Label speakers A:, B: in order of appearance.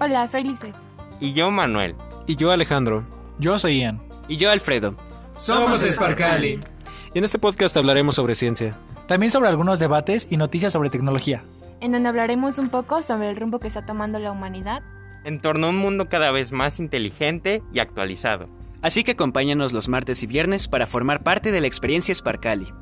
A: Hola, soy Lice.
B: Y yo, Manuel.
C: Y yo, Alejandro.
D: Yo soy Ian.
B: Y yo, Alfredo.
E: Somos Sparkali.
C: Y en este podcast hablaremos sobre ciencia.
D: También sobre algunos debates y noticias sobre tecnología.
A: En donde hablaremos un poco sobre el rumbo que está tomando la humanidad.
B: En torno a un mundo cada vez más inteligente y actualizado.
F: Así que acompáñanos los martes y viernes para formar parte de la experiencia Sparkali.